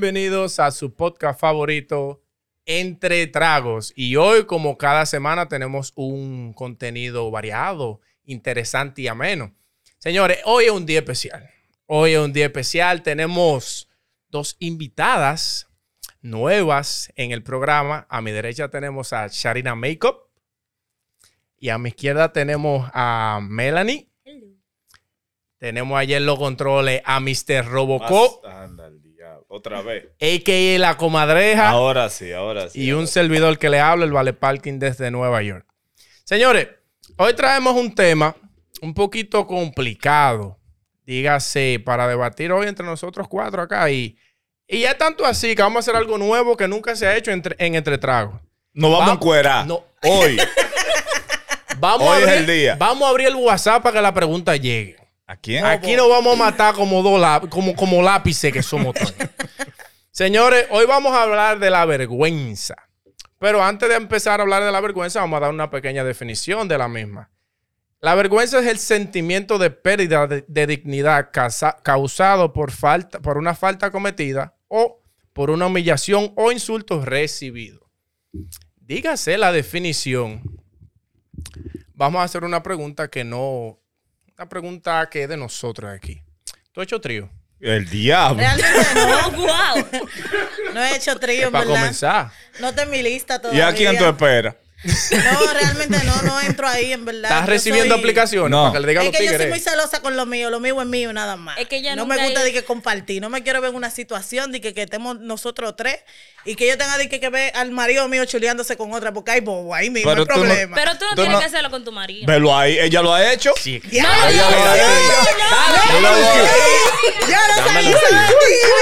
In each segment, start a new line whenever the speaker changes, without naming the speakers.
Bienvenidos a su podcast favorito, Entre Tragos. Y hoy, como cada semana, tenemos un contenido variado, interesante y ameno. Señores, hoy es un día especial. Hoy es un día especial. Tenemos dos invitadas nuevas en el programa. A mi derecha tenemos a Sharina Makeup. Y a mi izquierda tenemos a Melanie. Tenemos ayer los controles a Mr. Robocop,
Basta, anda al diablo. Otra vez.
a.k.a. La Comadreja.
Ahora sí, ahora sí.
y un
ahora sí.
servidor que le habla, el Vale Parking desde Nueva York. Señores, hoy traemos un tema un poquito complicado, dígase, para debatir hoy entre nosotros cuatro acá. Y, y ya es tanto así que vamos a hacer algo nuevo que nunca se ha hecho entre- en Entre Tragos.
Nos vamos
Va-
a encuerar.
No.
Hoy.
Vamos,
Ah, Hoy
a
es
abrir,
el día.
vamos a abrir el WhatsApp para que la pregunta llegue.
¿A quién?
Aquí nos vamos a matar como dos lá- como, como lápices que somos todos. Señores, hoy vamos a hablar de la vergüenza. Pero antes de empezar a hablar de la vergüenza, vamos a dar una pequeña definición de la misma. La vergüenza es el sentimiento de pérdida de, de dignidad causa- causado por, falta, por una falta cometida o por una humillación o insultos recibidos. Dígase la definición. Vamos a hacer una pregunta que no. Una pregunta que es de nosotros aquí. ¿Tú has hecho trío?
El diablo.
Realmente no, wow. No he hecho trío, en
Para
¿verdad?
comenzar.
No está en mi lista
¿Y
todavía.
a quién tú esperas?
No, realmente no, no entro ahí, en verdad.
¿Estás
Yo
recibiendo
soy-
aplicaciones
No.
para que le digan
Es
los
que yo soy muy
tigres?
celosa con lo mío, lo mío es mío nada más.
Es que ya
no me
nunca
gusta
he-
de que compartir, no me quiero ver en una situación de que, que estemos nosotros tres y que yo tenga de que, que ver al marido mío chuleándose con otra porque hay bobo, ahí mismo
Pero
hay
tú no-
problema.
Pero tú no
Tú
tienes
no-
que hacerlo con tu marido.
Velo ahí. Ella lo ha hecho.
Sí.
Ya,
Ay,
Ella
ay,
lo ha
ay,
hecho.
ya,
Ella lo ha hecho.
ya lo
Dámelo.
sabía,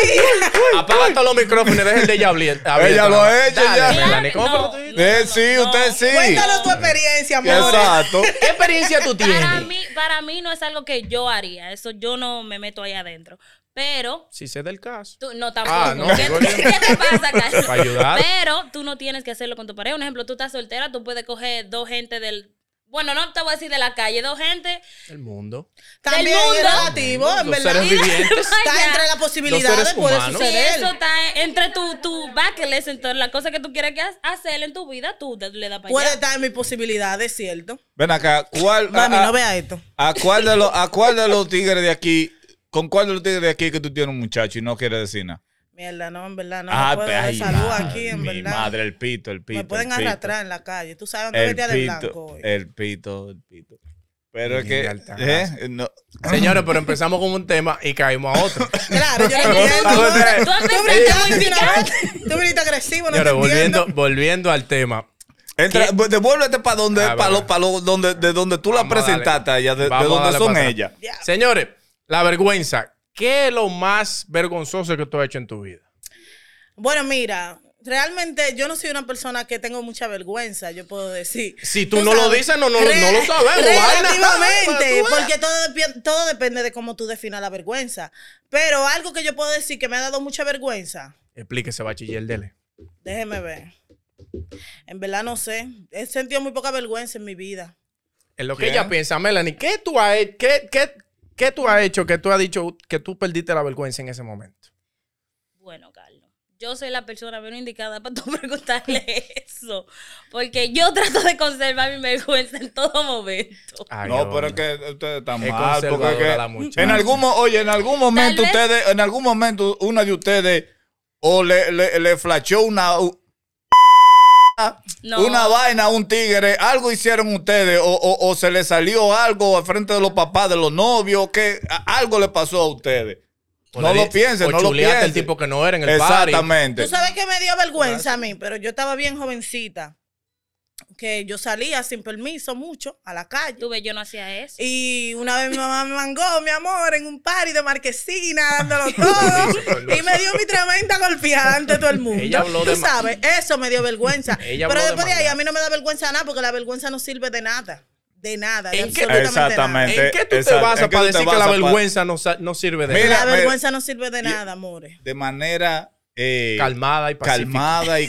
sabía.
Apaga todos los micrófonos y deja el de ella abrir- abierto.
Ella lo ha hecho
Dale,
ya.
Melanie, ¿cómo fue
Claro,
que tú dijiste?
No,
Eh,
no,
sí,
no.
usted sí.
Cuéntanos tu experiencia, amor.
Exacto.
¿Qué experiencia tú
Para
tienes?
mí, para mí no es algo que yo haría. Eso yo no me meto ahí adentro. Pero
Si sé del caso.
tú no tampoco.
Ah, no,
¿Qué,
digo yo.
qué te pasa, Carlos?
Para ayudar.
Pero tú no tienes que hacerlo con tu pareja. Un ejemplo, tú estás soltera, tú puedes coger dos gente del. Bueno, no te voy a decir de la calle, dos gente.
El mundo.
También
Del
es
mundo.
relativo, en
Los
verdad.
seres vivientes.
Está
Vaya.
entre las
seres
posibilidades, puede
humanos.
Si eso
suceder.
está entre tu, tu backlist, entonces la cosa que tú quieras que ha- hacer en tu vida, tú de- le das para
Puede
allá.
estar en mis posibilidades, ¿cierto?
Ven acá. ¿Cuál,
Mami,
a,
no vea esto.
a cuál de los, ¿A cuál de los tigres de aquí? ¿Con cuál de los tigres de aquí que tú tienes un muchacho y no quieres decir nada?
Mierda, no, en verdad, no
Ah,
me puedo
pues,
dar
ay,
salud
madre,
aquí, en
Mi
verdad.
madre, el pito, el pito.
me pueden
el pito.
arrastrar en la calle. Tú sabes dónde
El eh.
metía de blanco
pito,
hoy.
el pito, el pito. Pero es
Mira,
que,
Altagracia.
¿eh? No.
Señores, pero empezamos con un tema y caímos a otro.
Claro, yo no
Tú-
entiendo.
tú- tú
Tú
empezaste
brincaste
muy
de una
picante.
vez. Tú viniste agresivo, no te
Señores,
entiendo.
volviendo, volviendo al tema.
Entra, pues, devuélvete para donde,
Ah,
para
va,
lo,
va.
pa' lo- donde, de donde tú la
Vamos a darle.
presentaste a ella, de, de
Vamos a
donde
darle
son
para atrás.
ellas.
Ya.
Señores, la vergüenza. ¿Qué es lo más vergonzoso que tú has hecho en tu vida?
Bueno, mira, realmente yo no soy una persona que tengo mucha vergüenza, yo puedo decir.
Si tú no lo dices, no- no-
Re-
no lo sabemos, vaina. Pues
Relativamente,
Tú ves.
porque todo, depi- todo depende de cómo tú definas la vergüenza. Pero algo que yo puedo decir que me ha dado mucha vergüenza,
Explíquese, bachiller, dele.
déjeme ver. En verdad no sé, he sentido muy poca vergüenza en mi vida.
En lo que
¿Qué?
ella piensa, Melanie, ¿qué tú, has, he- qué, qué- qué tú has hecho que tú has dicho que tú perdiste la vergüenza en ese momento?
Bueno, Carlos, yo soy la persona menos indicada para tú preguntarle eso. Porque yo trato de conservar mi vergüenza en todo momento.
Ay,
No, pero
hombre.
es que ustedes están
Es
mal. Porque es
conservadora
que
la muchacha.
en algún, mo- oye, en algún momento
Tal vez-
ustedes, en algún momento una de ustedes o le, le, le flashó una, u-
No.
una vaina a un tigre, algo hicieron ustedes o, o- o se le salió algo al frente de los papás, de los novios, que a- algo le pasó a ustedes.
O
no
le di-
lo piensen,
o
no lo
chuleaste
piensen.
el tipo que no era en el
Exactamente.
Tú sabes que me dio vergüenza a mí, pero yo estaba bien jovencita, que yo salía sin permiso mucho a la calle.
Tú ves, yo no hacía eso.
Y una vez mi mamá me mangó, mi amor, en un party de marquesina, dándolo todo. y me dio mi tremenda golpeada ante todo el mundo.
Ella habló de
Tú
ma-
sabes, eso me dio vergüenza.
Ella habló
Pero
de
después de ahí
mangar.
a mí no me da vergüenza nada porque la vergüenza no sirve de nada. De nada, de
¿En qué-
absolutamente
Exactamente.
nada.
¿En qué tú
Exacto.
te basas
¿En qué
para
tú te
decir que la
basas pa-
vergüenza no, sa- no sirve de
Mira,
nada?
La vergüenza no sirve de nada, amores.
de manera eh,
Calmada y pacífica.
calmada y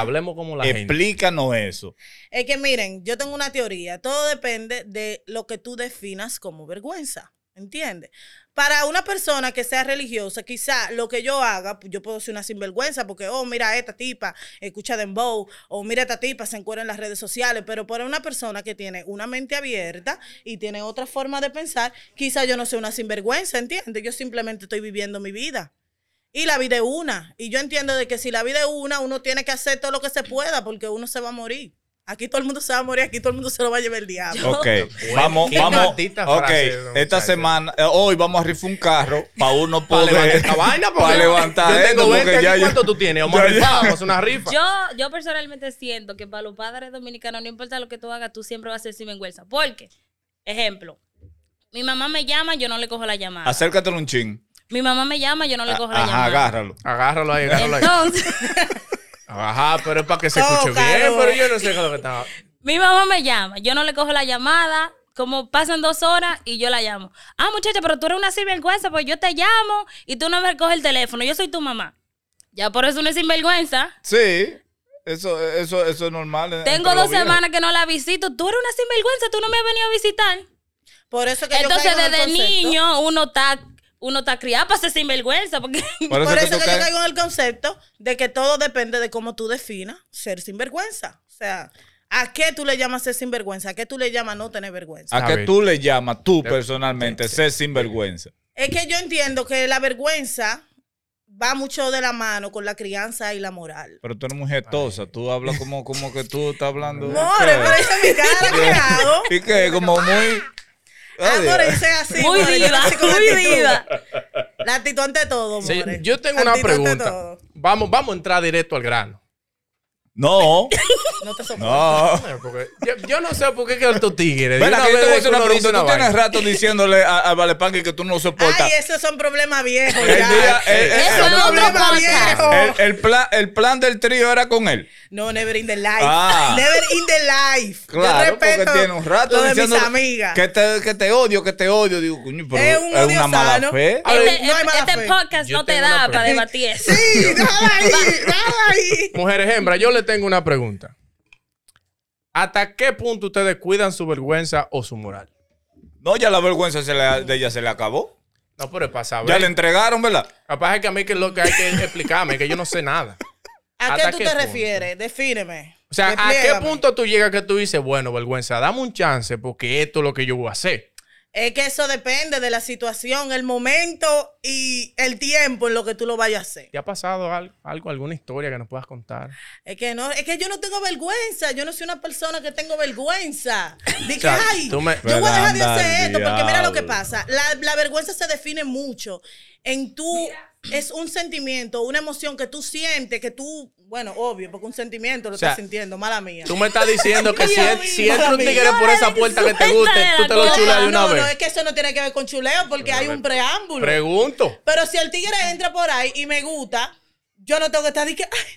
Hablemos como la gente.
Explícanos eso.
Es que miren, yo tengo una teoría. Todo depende de lo que tú definas como vergüenza. ¿Entiendes? Para una persona que sea religiosa, quizá lo que yo haga, pues, yo puedo ser una sinvergüenza porque, oh, mira esta tipa, escucha Dembow, o mira esta tipa, se encuentra en las redes sociales, pero para una persona que tiene una mente abierta y tiene otra forma de pensar, quizá yo no sea una sinvergüenza, ¿entiendes? Yo simplemente estoy viviendo mi vida. Y la vida es una. Y yo entiendo de que si la vida es una, uno tiene que hacer todo lo que se pueda porque uno se va a morir. Aquí todo el mundo se va a morir, aquí todo el mundo se lo va a llevar el diablo.
Ok, vamos,
Qué
vamos.
maldita
Ok,
frase, don
esta
Sancho.
semana, eh, hoy vamos a rifar un carro para uno
Para
poder.
levantar esta vaina, porque
para levantar
yo tengo
esto,
20
porque
aquí,
ya yo-
¿Cuánto tú tienes? Vamos a
Ya, ya.
rifar, vamos a hacer una rifa.
Yo, yo personalmente siento que para los padres dominicanos, no importa lo que tú hagas, tú siempre vas a ser sinvergüenza. Porque, ejemplo, mi mamá me llama, yo no le cojo la llamada.
Acércatelo un chin.
Mi mamá me llama, yo no le cojo la
Ah, Ajá,
llamada.
agárralo.
Agárralo ahí, agárralo ahí.
Entonces,
Ajá, pero es para que se escuche bien,
Tócalo.
pero yo no sé qué es lo que estaba.
mi mamá me llama, yo no le cojo la llamada. Como pasan dos horas y yo la llamo. Ah, muchacha, pero tú eres una sinvergüenza, pues yo te llamo y tú no me coges el teléfono. Yo soy tu mamá. Ya por eso no es sinvergüenza.
Sí, eso, eso, eso es normal. en-
Tengo
entre los
dos
viejos.
semanas que no la visito. Tú eres una sinvergüenza, tú no me has venido a visitar.
Por eso que yo
Entonces,
caigo en el
desde
concepto.
niño, uno está uno está criado para ser sinvergüenza. Porque...
Por eso,
Por eso
tú
que yo
caes-
caigo en el concepto de que todo depende de cómo tú definas ser sinvergüenza. O sea, ¿a qué tú le llamas ser sinvergüenza? ¿A qué tú le llamas no tener vergüenza?
A
A
que
ver.
tú le llamas, tú personalmente, ser sinvergüenza.
Es que yo entiendo que la vergüenza va mucho de la mano con la crianza y la moral.
Pero tú eres muy gestosa, tú hablas como, como que tú estás hablando.
More,
¿Qué?
pero esa es mi cara que hago.
Y que como muy.
Ah, more, ese es así.
Muy
more, yo
diva,
nací con
muy
actitud.
diva.
La actitud ante todo,
Sí,
more.
yo tengo una
Actitud ante
pregunta.
todo.
Vamos, vamos a entrar directo al grano.
No,
No te soporto.
no.
Bueno, porque yo, yo no sé por qué que estos tigres. de
Ven
una
aquí, yo
vez
te voy a
de
hacer
que
una
uno dice
pregunta. Tú
una
tienes
vaina.
rato diciéndole a, a Valepangui que tú no soportas.
Ay, esos son problemas viejos.
El
ya.
día- el- el-
Eso es
el-
otro
problema
podcast.
viejo.
El, el plan, el plan del trío era con él.
No, never in the life.
Ah.
Never in the life.
Claro,
Yo respeto
porque tiene un rato
lo de
diciendo
mis amigas.
Que, te, que te odio, que te odio. Digo, coño, pero
Es
es,
un
una
odio
mala
sano.
fe.
A ver,
este,
no hay mala
este
fe.
podcast
Yo
no te
tengo una
da
pregunta.
para debatir eso.
Sí, déjala ahí, déjala ahí.
Mujeres hembras, yo le tengo una pregunta. ¿Hasta qué punto ustedes cuidan su vergüenza o su moral?
No, ya la vergüenza se le- de ella se le acabó.
No, pero es para
Ya le
saber.
entregaron, ¿verdad?
Capaz es que a mí que es lo que hay que explicarme, que yo no sé nada.
¿A qué
¿Hasta
tú
qué
te
punto?
refieres? Defíneme.
O sea, ¿a
Despliégame.
qué punto tú llegas que tú dices, bueno, vergüenza, dame un chance porque esto es lo que yo voy a hacer?
Es que eso depende de la situación, el momento y el tiempo en lo que tú lo vayas a hacer.
¿Te ha pasado al- algo, alguna historia que nos puedas contar?
Es que no, es que yo no tengo vergüenza. Yo no soy una persona que tengo vergüenza. Dije,
sea,
ay,
tú me-
yo voy a dejar de
Anda
hacer
al
esto, porque mira lo
diablo.
que pasa. La, la vergüenza se define mucho en tú. Es un sentimiento, una emoción que tú sientes, que tú, bueno, obvio, porque un sentimiento lo
sea,
estás sintiendo, mala mía.
Tú me estás diciendo que si,
Dios
es-
mío,
si entra un
mami.
tigre por
No
esa
le
puerta que te
suelta
guste,
de la
tú te lo
cola.
chulas de una
no,
vez.
no, es que eso no tiene que ver con chuleo, porque hay un preámbulo.
Pregunto.
Pero si el tigre entra por ahí y me gusta, yo no tengo que estar diciendo, ay,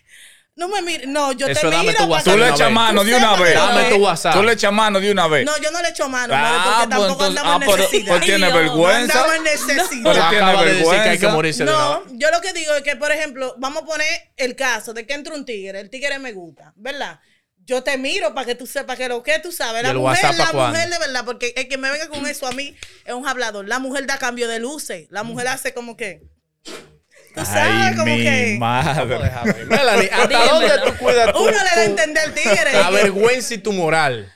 no me mire. No, yo
Eso
te
dame
miro.
tu
para
WhatsApp.
Tú
que-
le
una
echas
vez.
mano de una vez.
Dame tu WhatsApp.
Tú le echas mano de una vez.
No, yo no le echo mano, madre,
Eh, Ah,
porque
pues
tampoco
entonces. Ah,
andamos en
pero,
necesidad.
pues tiene
Ay, Dios,
vergüenza.
andamos en necesidad.
Pero
No tiene
acaba de decir que hay que
vergüenza.
morirse de una vez.
No, yo lo que digo es que, por ejemplo, vamos a poner el caso de que entra un tigre, el tigre me gusta, ¿verdad? Yo te miro para que tú sepas que lo que tú sabes,
¿Y
la
el
mujer,
WhatsApp pa'
la
cuándo?
mujer de verdad, porque el que me venga con eso a mí es un hablador. La mujer da cambio de luces, la mujer hace como que, tú sabes,
Ay,
como
mi
que
madre.
Melanie, ¿hasta
Dímelo.
dónde tú cuidas tu,
uno le da a
tu,
entender al tigre.
la vergüenza y tu moral?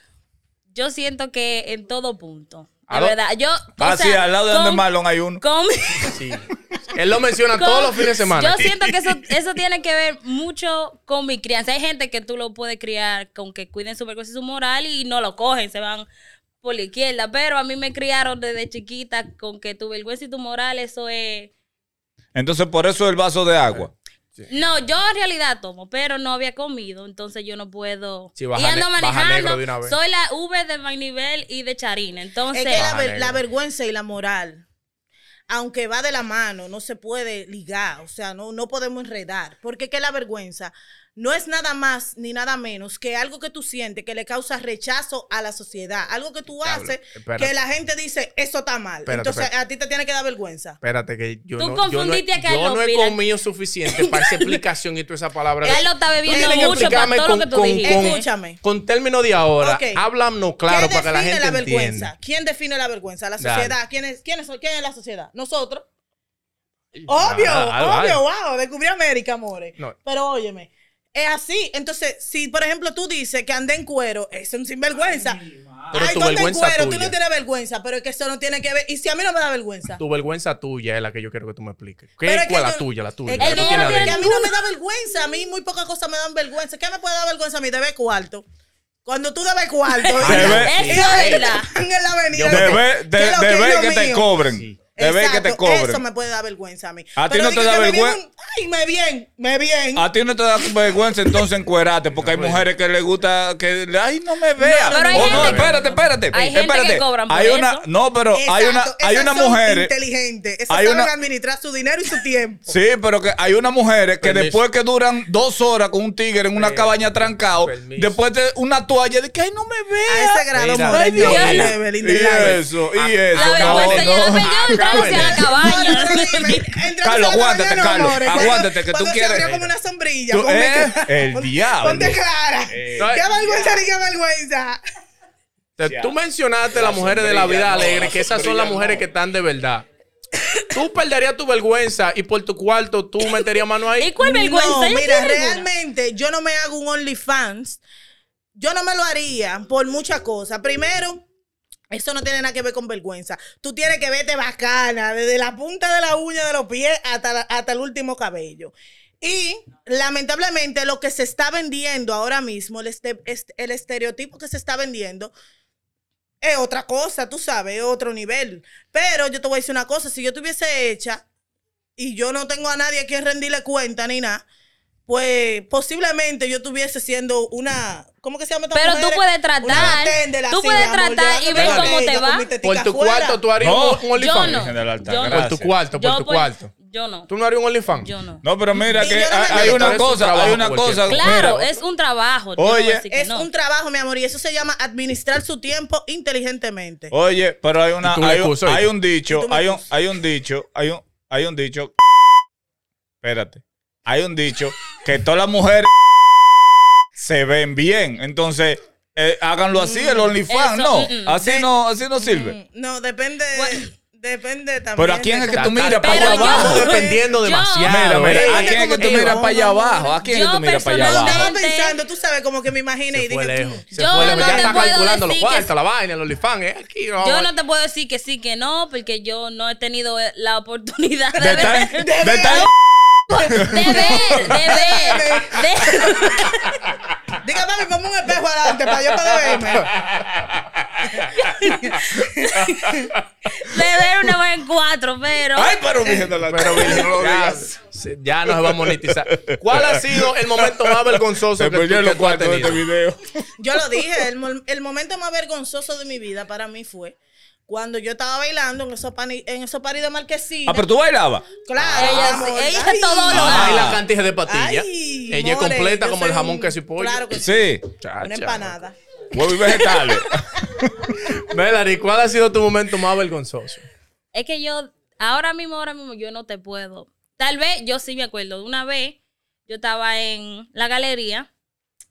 Yo siento que en todo punto.
¿A
La
dó-
verdad, yo. o
Ah, sí,
sea,
al lado de donde
con-
Marlon hay uno.
con-
Sí. Él lo menciona todos
con-
los fines de semana.
Yo siento que eso, eso tiene que ver mucho con mi crianza. Hay gente que tú lo puedes criar con que cuiden su vergüenza y su moral y no lo cogen, se van por la izquierda. Pero a mí me criaron desde chiquita con que tu vergüenza y tu moral, eso es.
Entonces, por eso el vaso de agua.
No, yo en realidad tomo, pero no había comido, entonces yo no puedo.
Sí, baja
y ando
ne- baja negro
manejando.
de una vez.
Soy la V de Magnivel y de Charina,
Es
entonces.
que la,
Baja
ver-
negro.
la vergüenza y la moral, aunque va de la mano, no se puede ligar, o sea, no, no podemos enredar, porque es que la vergüenza no es nada más ni nada menos que algo que tú sientes que le causa rechazo a la sociedad. Algo que tú
Diablo,
haces
espérate.
que la gente dice, eso está mal.
Espérate,
Entonces
espérate.
a ti te tiene que dar vergüenza.
Espérate, que yo
Tú
no,
confundiste
yo no, he-
a
yo
Carlos,
no he
Pilar.
comido suficiente para esa explicación y toda esa palabra. de-
Carlos está bebiendo
Tienes que
mucho para
explicarme
todo lo que tú dijiste.
con,
Escúchame.
Con términos de ahora,
Ok.
háblanos claro para que la gente
vergüenza?
entienda.
¿Quién define la vergüenza? La
Dale.
sociedad. ¿Quién es, quién, es, quién es la sociedad? Nosotros. Obvio,
Ah,
obvio,
vale.
wow, descubrí América, amores.
No.
Pero óyeme, es así. Entonces, si por ejemplo tú dices que anda en cuero, es un sinvergüenza. Ay,
Pero tu
tú andas en
vergüenza
cuero, tú
tuya.
no tienes vergüenza, pero es que eso no tiene que ver. Y si a mí no me da vergüenza.
Tu vergüenza tuya es la que yo quiero que tú me expliques. ¿Qué cuál
Pero es que
la
yo-
tuya? La tuya.
es
la
que
que tú
no
tienes
tiene-
que a
adentro.
mí no me da vergüenza, a mí muy pocas cosas me dan vergüenza. ¿Qué me puede dar vergüenza a mí? Debe cuarto. Cuando tú debes cuarto. y-
Debe-
y-
Eso es verdad.
En la avenida.
Yo-
Debe, de,
¿Qué es lo
de
es
ver
lo
que te
mío?
cobren.
Sí.
De ver que te
Exacto, Eso
cobren.
me puede dar vergüenza a mí.
A ti
Pero
no te
dije
da
que me viene
vergüenza.
un- Ay, me bien, me bien.
A ti no te da vergüenza entonces encuerarte, porque hay mujeres que les gusta que ay no me vea.
No, no, no,
oh,
hay
no,
gente-
espérate, espérate.
hay gente
espérate.
que cobran por
hay una,
eso.
no, pero hay
Exacto,
una, hay
esas
una
son
mujer.
inteligentes. Esas
hay
saben
una-
administrar su dinero y su tiempo.
Sí, pero que hay unas mujeres que
Permiso.
después que duran dos horas con un tigre en una
Permiso.
cabaña trancado,
Permiso.
después de una toalla de que ay no me
A
vea.
ese grado,
Mira,
amor,
ay,
es
Dios
del
mío.
level, in
Y
the level.
eso, y eso.
La
no,
vergüenza ya la
no.
perdió entonces a la
No, no, no,
cabaña.
dime, entramos
Carlos,
a la
aguántate,
cabaña, no,
Carlos,
amores. Cuando-
aguántate, que tú
cuando se
quieres-
abrió como una sombrilla.
Tú-
ponte
¿eh?
clara.
El
Ponte-
diablo.
Ponte clara.
No,
eh,
Qué vergüenza ni qué vergüenza.
Te- Tú mencionaste las mujeres de la
sombrilla,
vida
ah, no,
alegre,
la
que esas son las
sombrilla,
mujeres
no.
que están de verdad. Tú perderías tu vergüenza y por tu cuarto tú meterías mano
¿Y
ahí.
cuál vergüenza?
No,
Ella
mira,
tiene alguna.
realmente yo no me hago un OnlyFans. Yo no me lo haría por muchas cosas. Primero, eso no tiene nada que ver con vergüenza. Tú tienes que verte bacana, desde la punta de la uña de los pies hasta, la- hasta el último cabello. Y lamentablemente lo que se está vendiendo ahora mismo, el, este- est- el estereotipo que se está vendiendo, es otra cosa, tú sabes, es otro nivel. Pero yo te voy a decir una cosa, si yo tuviese hecha y yo no tengo a nadie a quien rendirle cuenta ni nada, pues posiblemente yo estuviese siendo una. ¿Cómo que se llama esta
Pero tú puedes tratar, tú puedes tratar y ver cómo te va.
Por tu cuarto tú harías
No,
un- un OnlyFans.
yo no.
Virgen de la Alta
Yo no.
Por
Gracia.
tu cuarto, por
Yo
tu
por-
cuarto.
Yo no.
¿Tú no harías un OnlyFans?
Yo no.
No, pero mira que
Y yo no me
hay, hay
meto,
una
es un
cosa, hay
trabajo
una cosa.
cualquiera.
Claro,
mira,
es un trabajo. yo
Oye.
no voy a decir que
Es
no.
un trabajo, mi amor, y eso se llama administrar su tiempo inteligentemente.
Oh.
Oye, pero hay una,
Y tú me
hay, un-
excusas,
hay
oye.
un dicho,
Y tú me
hay un,
excusas.
hay un dicho, hay un, hay un dicho. Espérate, hay un dicho que todas las mujeres se ven bien, entonces eh, háganlo así el OnlyFans,
eso,
no,
mm, mm.
así no, así no sirve.
Mm, No, depende.
Bueno.
Depende también.
Pero a quién es que tú
Está-
miras para
Pero
allá
yo-
abajo.
Estamos dependiendo
Yo-
demasiado.
Mira,
¿eh?
mira, ¿a
Ey,
quién es que tú
ey,
miras
no,
para allá
no, no,
abajo? ¿A quién es que
yo
tú miras para allá
personalmente-
abajo?
Estaba pensando, tú sabes, como que me imaginé y
Se
dije.
fue lejos.
tú-
Se
Yo
fue
no
lejos. Ya
te
está
puedo
calculando los
decir que-
cuartos, la vaina, los OnlyFans. ¿eh? Aquí no.
Yo no te puedo decir que sí, que no, porque yo no he tenido eh, la oportunidad de,
De
ver,
tan-
de,
de tan-
ver, de ver, de-
Diga, mami, ponme un espejo adelante para yo poder verme.
de ver una vez en cuatro, pero
Ay, pero virgen de la
Pero Virgen,
no lo
ya,
digas.
se- ya no se va a monetizar. ¿Cuál ha sido el momento más vergonzoso
Se
que tú,
perdió
que
los
tú has
cuartos de este
tenido?
video.
Yo lo dije, el, mol- el momento más vergonzoso de mi vida para mí fue cuando yo estaba bailando en esos, pani- en esos paris de marquesina.
Ah, pero tú bailabas.
Claro,
Ella
amor,
sí, ella
ay.
es todo lo-
Ahí la
Ah.
cantidad de patillas.
Ay,
Ella es
more,
completa
yo
como el
soy
jamón,
un-
queso y pollo.
Claro que sí.
Sí.
Chacha.
Una empanada.
Huevos y vegetales.
Melanie, ¿cuál ha sido tu momento más vergonzoso?
es que yo, ahora mismo, ahora mismo, yo no te puedo. Tal vez, yo sí me acuerdo, una vez yo estaba en la galería,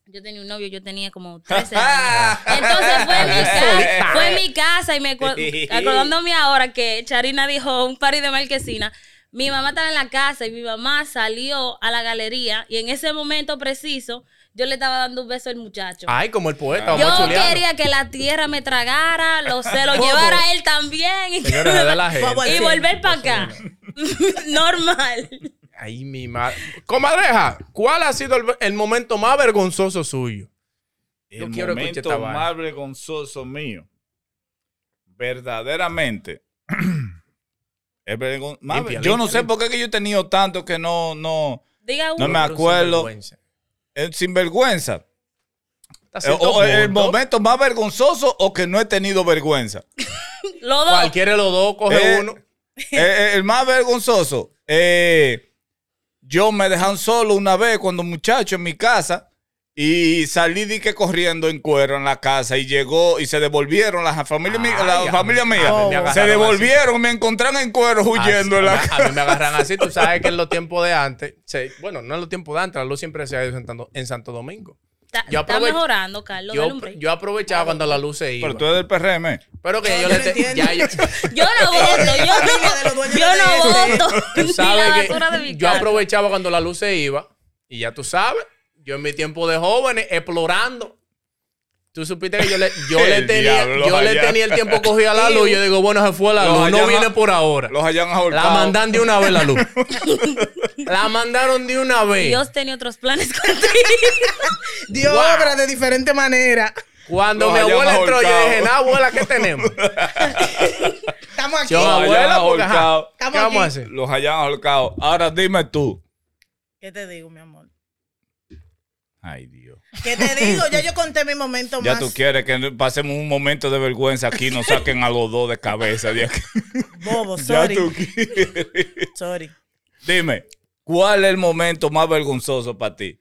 yo tenía un novio, yo tenía como 13 años. Entonces fue en mi casa, fue en mi casa y me acu- acordándome ahora que Charina dijo un party de marquesina. Mi mamá estaba en la casa y mi mamá salió a la galería y en ese momento preciso yo le estaba dando un beso al muchacho.
Ay, como el poeta,
Yo
Omar Chuliano.
quería que la tierra me tragara, lo, se lo llevara él también y,
Señores, de la gente.
y volver para acá. Normal.
Ay, mi madre. Comadreja, ¿cuál ha sido el, el momento más vergonzoso suyo? Yo
El
quiero escuchar esta
momento
vaina.
más vergonzoso mío. Verdaderamente. es vergon- más
Limpia,
ver- yo
limpia,
no sé
limpia.
por qué que yo he tenido tanto que no, no,
Diga uno.
no me acuerdo. Es sinvergüenza.
Hasta
Eh,
cierto
o el
punto.
momento más vergonzoso o que no he tenido vergüenza.
Los dos.
Cualquiera de los dos coge
Eh,
uno.
Eh, eh, el más vergonzoso. eh, Yo me dejaron solo una vez cuando muchacho en mi casa y salí de que corriendo en cuero en la casa y llegó y se devolvieron la familia, mi- la
Ay, a
familia
mí-
mía.
a mí me
se
agarraron
devolvieron, me encontraron en cuero huyendo en la
Así, a, mí, a mí me
casa.
agarran así. Tú sabes que en los tiempos de antes, se- bueno, no en los tiempos de antes, la luz siempre se ha ido en Santo, en Santo Domingo.
Está,
Yo
está
aprove-
mejorando, Carlos. dale
Yo,
un break.
yo aprovechaba cuando la luz se iba.
Pero tú eres del PRM.
Pero que
No,
ya yo
yo
le
no
te-
entiendo.
ya yo-
Yo no voto, yo no, yo no voto.
tú
ni
sabes
la
que
basura de mi
yo
casa.
aprovechaba cuando la luz se iba. Y ya tú sabes, yo en mi tiempo de jóvenes, explorando. Tú supiste que yo le, yo
El
le, tenía,
diablo
yo le
allá.
tenía el tiempo cogido a la luz. Yo digo, bueno, se fue la
Los
luz. No
hallaban-
viene por ahora.
Los hayan ahorcado.
La mandan de una vez la luz. la mandaron de una vez.
Dios tenía otros planes contigo.
Dios
Wow.
obra de diferente manera.
Cuando
Los
mi
hallaban
abuela entró, yo
ahorcados.
dije, nah, abuela, ¿qué tenemos?
Estamos aquí.
Yo,
Los hayan
abuela, porque, ajá,
ahorcado.
¿qué
Estamos
vamos a
aquí.
hacer?
Los hayan ahorcado. Ahora dime tú.
¿Qué te digo, mi amor?
Ay, Dios.
¿Qué te digo? Ya yo conté mi momento
Ya
más.
tú quieres que pasemos un momento de vergüenza aquí, nos saquen a los dos de cabeza. de aquí.
Bobo,
Ya
sorry.
tú quieres.
Sorry.
Dime, ¿cuál es el momento más vergonzoso para ti?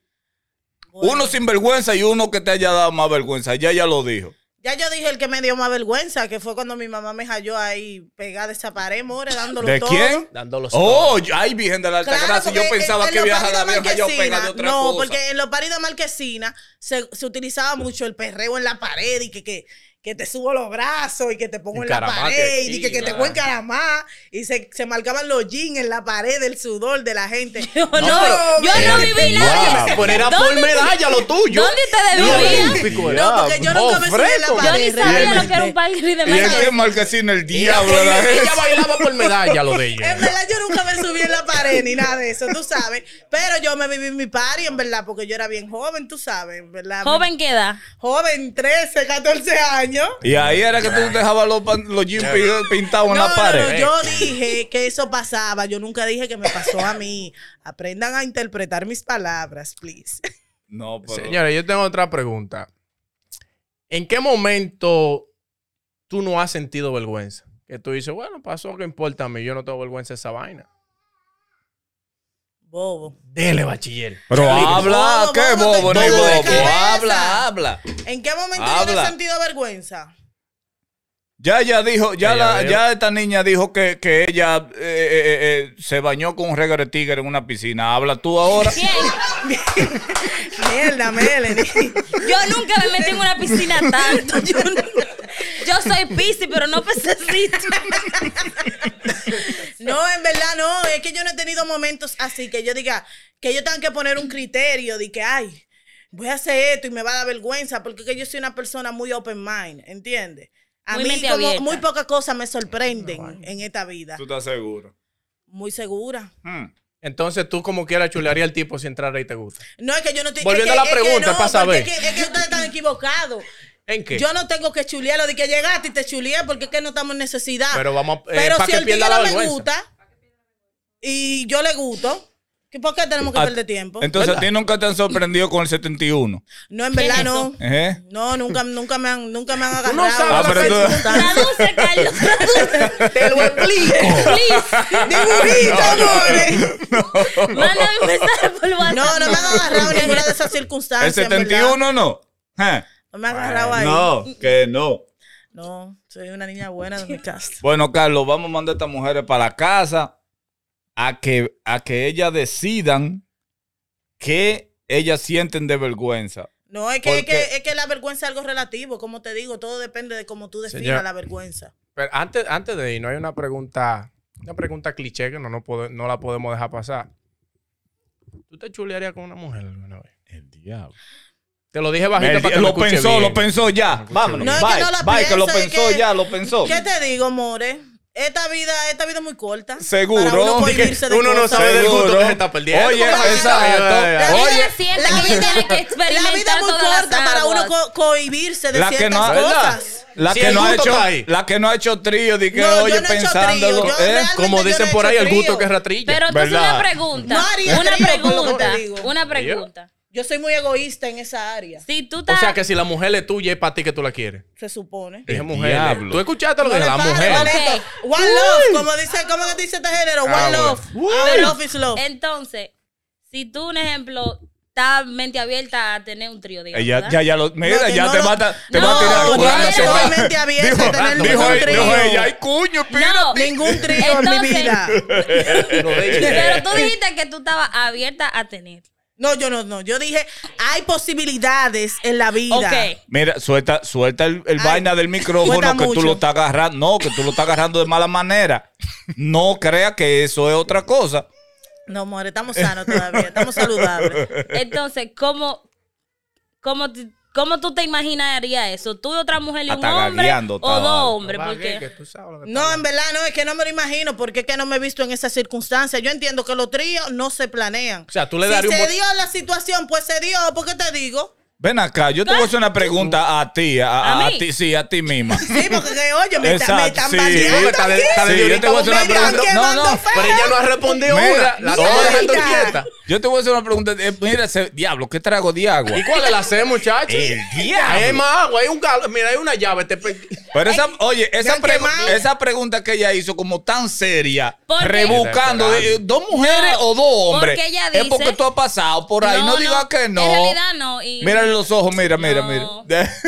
Bueno,
Uno sin vergüenza y uno que te haya dado más vergüenza. Ya ya lo dijo.
Ya yo dije el que me dio más vergüenza, que fue cuando mi mamá me halló ahí pegada a esa pared, more, dándolo
¿De
todo.
quién?
Dándolos todos.
Oh, yo- ay, Virgen de la Alta Gracia. Yo
porque
pensaba
en-
que
en los
viaja la
paridos
vieja yo pega de
Marquesina,
otra
no,
cosa.
porque en los paridos marquesina se, se utilizaba mucho el perreo en la pared y que, que, que te subo los brazos y que te pongo en la
Encaramate
pared
aquí,
y que, que te
claro.
voy encaramar y se, se marcaban los jeans en la pared del sudor de la gente.
Yo no,
pero-
yo
eh,
no viví nada.
Wow. Pero era por
¿Dónde te-
medalla lo tuyo.
¿Dónde ustedes
Lo
vivían?
olímpico era.
No, porque yo nunca me subí en la
Ofreco.
Yo
pared.
ni sabía lo que era un party de
y es
medalla.
que Marquesina, el
Ella,
diablo. la
ella
gente.
bailaba por medalla lo de ella.
En verdad yo nunca me subí en la pared ni nada de eso, tú sabes. Pero yo me viví mi party, en verdad, porque yo era bien joven, tú sabes, en ¿verdad?
Joven que edad.
Joven, 13, 14 años.
Y ahí era que tú dejabas los, pan- los jeans pi- pintados en
No,
la
no,
pared.
no, yo dije que eso pasaba. Yo nunca dije que me pasó a mí. Aprendan a interpretar mis palabras, please.
No, pero...
Señores, yo tengo otra pregunta. ¿En qué momento tú no has sentido vergüenza? Que tú dices, bueno, pasó, ¿qué importa a mí? Yo no tengo vergüenza de esa vaina.
Bobo.
Dele, bachiller.
Pero habla,
Bobo,
qué
bobo,
bobo, no
bobo de
bobo.
cabeza.
Habla, habla.
¿En qué momento yo no
Habla.
he sentido vergüenza?
Ya, ya dijo, ya,
Ya, ya
la-
veo.
ya esta niña dijo que, que ella eh, eh, eh, se bañó con un reggae de tigre en una piscina. Habla tú ahora.
¿Quién?
Mierda, Melanie.
Yo nunca me metí en una piscina tanto. Yo, yo soy piscis, pero no pececito.
No, en verdad no. Es que yo no he tenido momentos así que yo diga que yo tenga que poner un criterio de que, ay, voy a hacer esto y me va a dar vergüenza porque es que yo soy una persona muy open mind, ¿entiendes? A
Muy
mí
mente
como
abierta.
muy pocas cosas me sorprenden en esta vida.
estás seguro. Hmm.
Muy segura.
Entonces tú como quieras chulearía al tipo si entrara y te gusta.
No, es que yo no estoy...
Volviendo
es que-
a la
es que
pregunta,
no,
para saber.
porque Es que, es que ustedes están equivocados.
¿En qué?
Yo no tengo que chulearlo de que llegaste y te chuleé porque es que no estamos en necesidad.
Pero vamos, eh,
Pero
pa'
si
que
el
pierda
tigre
la
me
vergüenza.
gusta y yo le gusto, ¿qué- ¿por qué tenemos que
Ah,
perder tiempo?
Entonces, ¿a
¿Verdad?
ti nunca te han sorprendido con el 71?
No, en
¿Qué
verdad
es
no.
eso?
Ajá.
No, nunca, nunca me han, nunca me han agarrado.
Eh. no sabes
Ah, pero tú-
Traduce, Carlos. Traduce.
Te lo explico.
Please.
Dibujito, amores.
Mándame un mensaje por WhatsApp.
No, no me han agarrado en ninguna de esas
¿El
Ah,
circunstancias. en verdad.
71 no? Ajá.
No me han agarrado ahí. No.
No, que no.
soy una niña buena de mi casa.
Bueno, Carlos, vamos a mandar a estas mujeres para la casa a que, a que ellas decidan que ellas sienten de vergüenza.
No, es que, es,
Porque-
que, es que la vergüenza es algo relativo, como te digo, todo depende de cómo tú definas
Señora.
la vergüenza.
Pero antes, antes de ir, no hay una pregunta, una pregunta cliché que no, no, pode- no la podemos dejar pasar. ¿Tú te chulearías con una mujer alguna vez?
El diablo.
Te lo dije bajito para que
lo
me escuche
pensó,
bien.
lo pensó ya.
escuche
Vámonos.
bien.
No, es
bye,
que no la
bye, que lo
pienso, es
pensó
que-
ya, lo pensó.
¿Qué te digo, more? Esta vida, esta vida es muy corta.
Seguro.
Para uno
Dije,
cohibirse de
uno no
cosas.
sabe del
Seguro.
gusto que se está perdiendo.
Oye,
compadre.
exacto.
Ella
Oye,
siente que ella tiene que
La
experimentar
vida es muy
todas las
corta para uno
aguas.
co- cohibirse de
la que
ciertas
no ha,
cosas.
la
Si
que
el
no ha
gusto
hecho,
está ahí.
la que no ha hecho trío, di que
No, yo
oye
no he hecho
pensándolo,
trío, yo
¿eh?
realmente-
Como
Realmente yo
dicen
no he
por ahí,
hecho
el gusto
trío.
que es ratrilla.
Pero entonces
¿Verdad?
una pregunta.
No haría
una
trío con lo que
pregunta.
te digo.
Una pregunta.
Yo soy muy egoísta en esa área,
Si tú
O
estás.
sea que si la mujer es tuya, es para ti que tú la quieres.
se supone.
Dije
El
mujer. eh.
diablo.
Tú escuchaste lo que
Vale,
dije, la
padre,
mujer.
vale,
Ok.
esto. One love, como dice, como dice este género, one
Ah,
love.
bueno.
Our love is love.
Entonces, si tú, un ejemplo, estás mente abierta a tener un trío, digamos,
Ella,
¿verdad?
ya, ya lo. Mira,
que
ya
no
te
lo-
mata. Te
No,
va a tirar
no,
tu brazo,
yo
va.
soy
mente abierta,
Dijo-
tener
dijo
un
ella-
trío.
dijo ella, ay, cuño,
No,
Ningún trío en mi
Entonces-
vida.
Eh,
pero tú dijiste que tú estabas abierta a tener.
No, yo no, no. Yo dije, hay posibilidades en la vida.
Ok.
Mira, suelta, suelta el, el
Ay,
vaina del micrófono
suelta
que tú
mucho.
lo estás agarrando. No, que tú lo estás agarrando de mala manera. No creas que eso es otra cosa.
No, amor, estamos sanos todavía, estamos saludables.
Entonces, ¿cómo, cómo, te- cómo tú te imaginarías eso? ¿Tú y otra mujer y un
Hasta
hombre?
gagueando
¿O
estaba.
dos hombres?
Va, que- que
Porque
tú sabes lo que
No, en verdad, no, es que no me lo imagino porque es que no me he visto en esas circunstancias. Yo entiendo que los tríos no se planean.
O sea, tú le
si
darías un
se
bot-
dio la situación, pues se dio, porque te digo.
Ven acá, yo te voy a hacer una pregunta a ti, a, a-
¿A
a
mí?
ti, sí, a ti misma.
Sí, porque que, oye, me, está- me están
sí.
baleando
está de-
aquí.
está de-
Sí, yo te voy a hacer una
Me están
pregunta. No,
quemando
no,
feo.
Pero ella no ha respondido
Mira,
una. La estamos
mira.
dejando quieta.
Yo te voy a hacer una pregunta. eh, Mira, ese, diablo, ¿qué trago de agua?
¿Y cuál es la C, muchachos?
El diablo.
Hay más agua, hay un galo. Mira, hay una llave. Te pe-
Pero esa, oye, esa,
han
pregu-
quemado.
esa pregunta que ella hizo como tan seria,
Porque-
rebuscando de- eh, dos mujeres
No,
o dos hombres,
porque ella
es
dice-
porque tú has pasado por ahí. No, digas que no.
En realidad no. Y
Mírale los ojos, mira, mira,
No.
mira.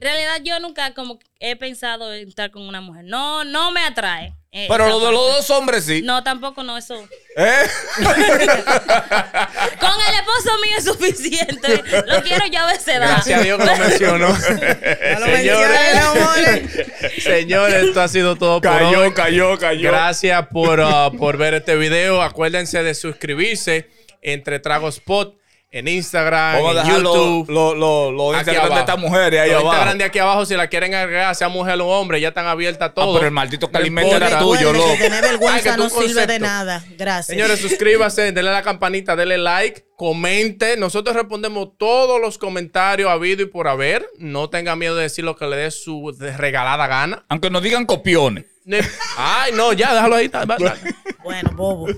En realidad yo nunca como que he pensado en estar con una mujer. No, no me atrae. eh,
Pero
esa
lo de los
parte.
dos hombres sí.
No, tampoco no, eso.
¿Eh?
Con el esposo mío es suficiente. Lo quiero yo a veces dar.
Gracias a Dios que lo mencionó.
Ya lo mencioné,
Señores,
amores.
señores, esto ha sido todo por hoy.
cayó, cayó.
Gracias por, ah, por ver este video. Acuérdense de suscribirse entre Tragos Pod en Instagram,
Vamos a
en
dejar
YouTube.
los lo, lo, lo
Aquí
Instagram de
abajo.
estas mujeres ahí
Los
abajo.
Instagram de aquí abajo, si la quieren agregar, sea mujer o hombre, ya están abiertas todos.
pero el maldito
No
calimete
importa.
era tuyo,
Recuerden que
loco.
Tener
Ay, que
vergüenza
tu
no sirve de
concepto.
nada. Gracias.
Señores, suscríbase, denle a la campanita, denle like, comente. Nosotros respondemos todos los comentarios habido y por haber. No tenga miedo de decir lo que le dé su de- regalada gana.
Aunque nos digan copiones.
Ne- Ay, no, ya, déjalo ahí. ta- va- ta-
Bueno, bobo.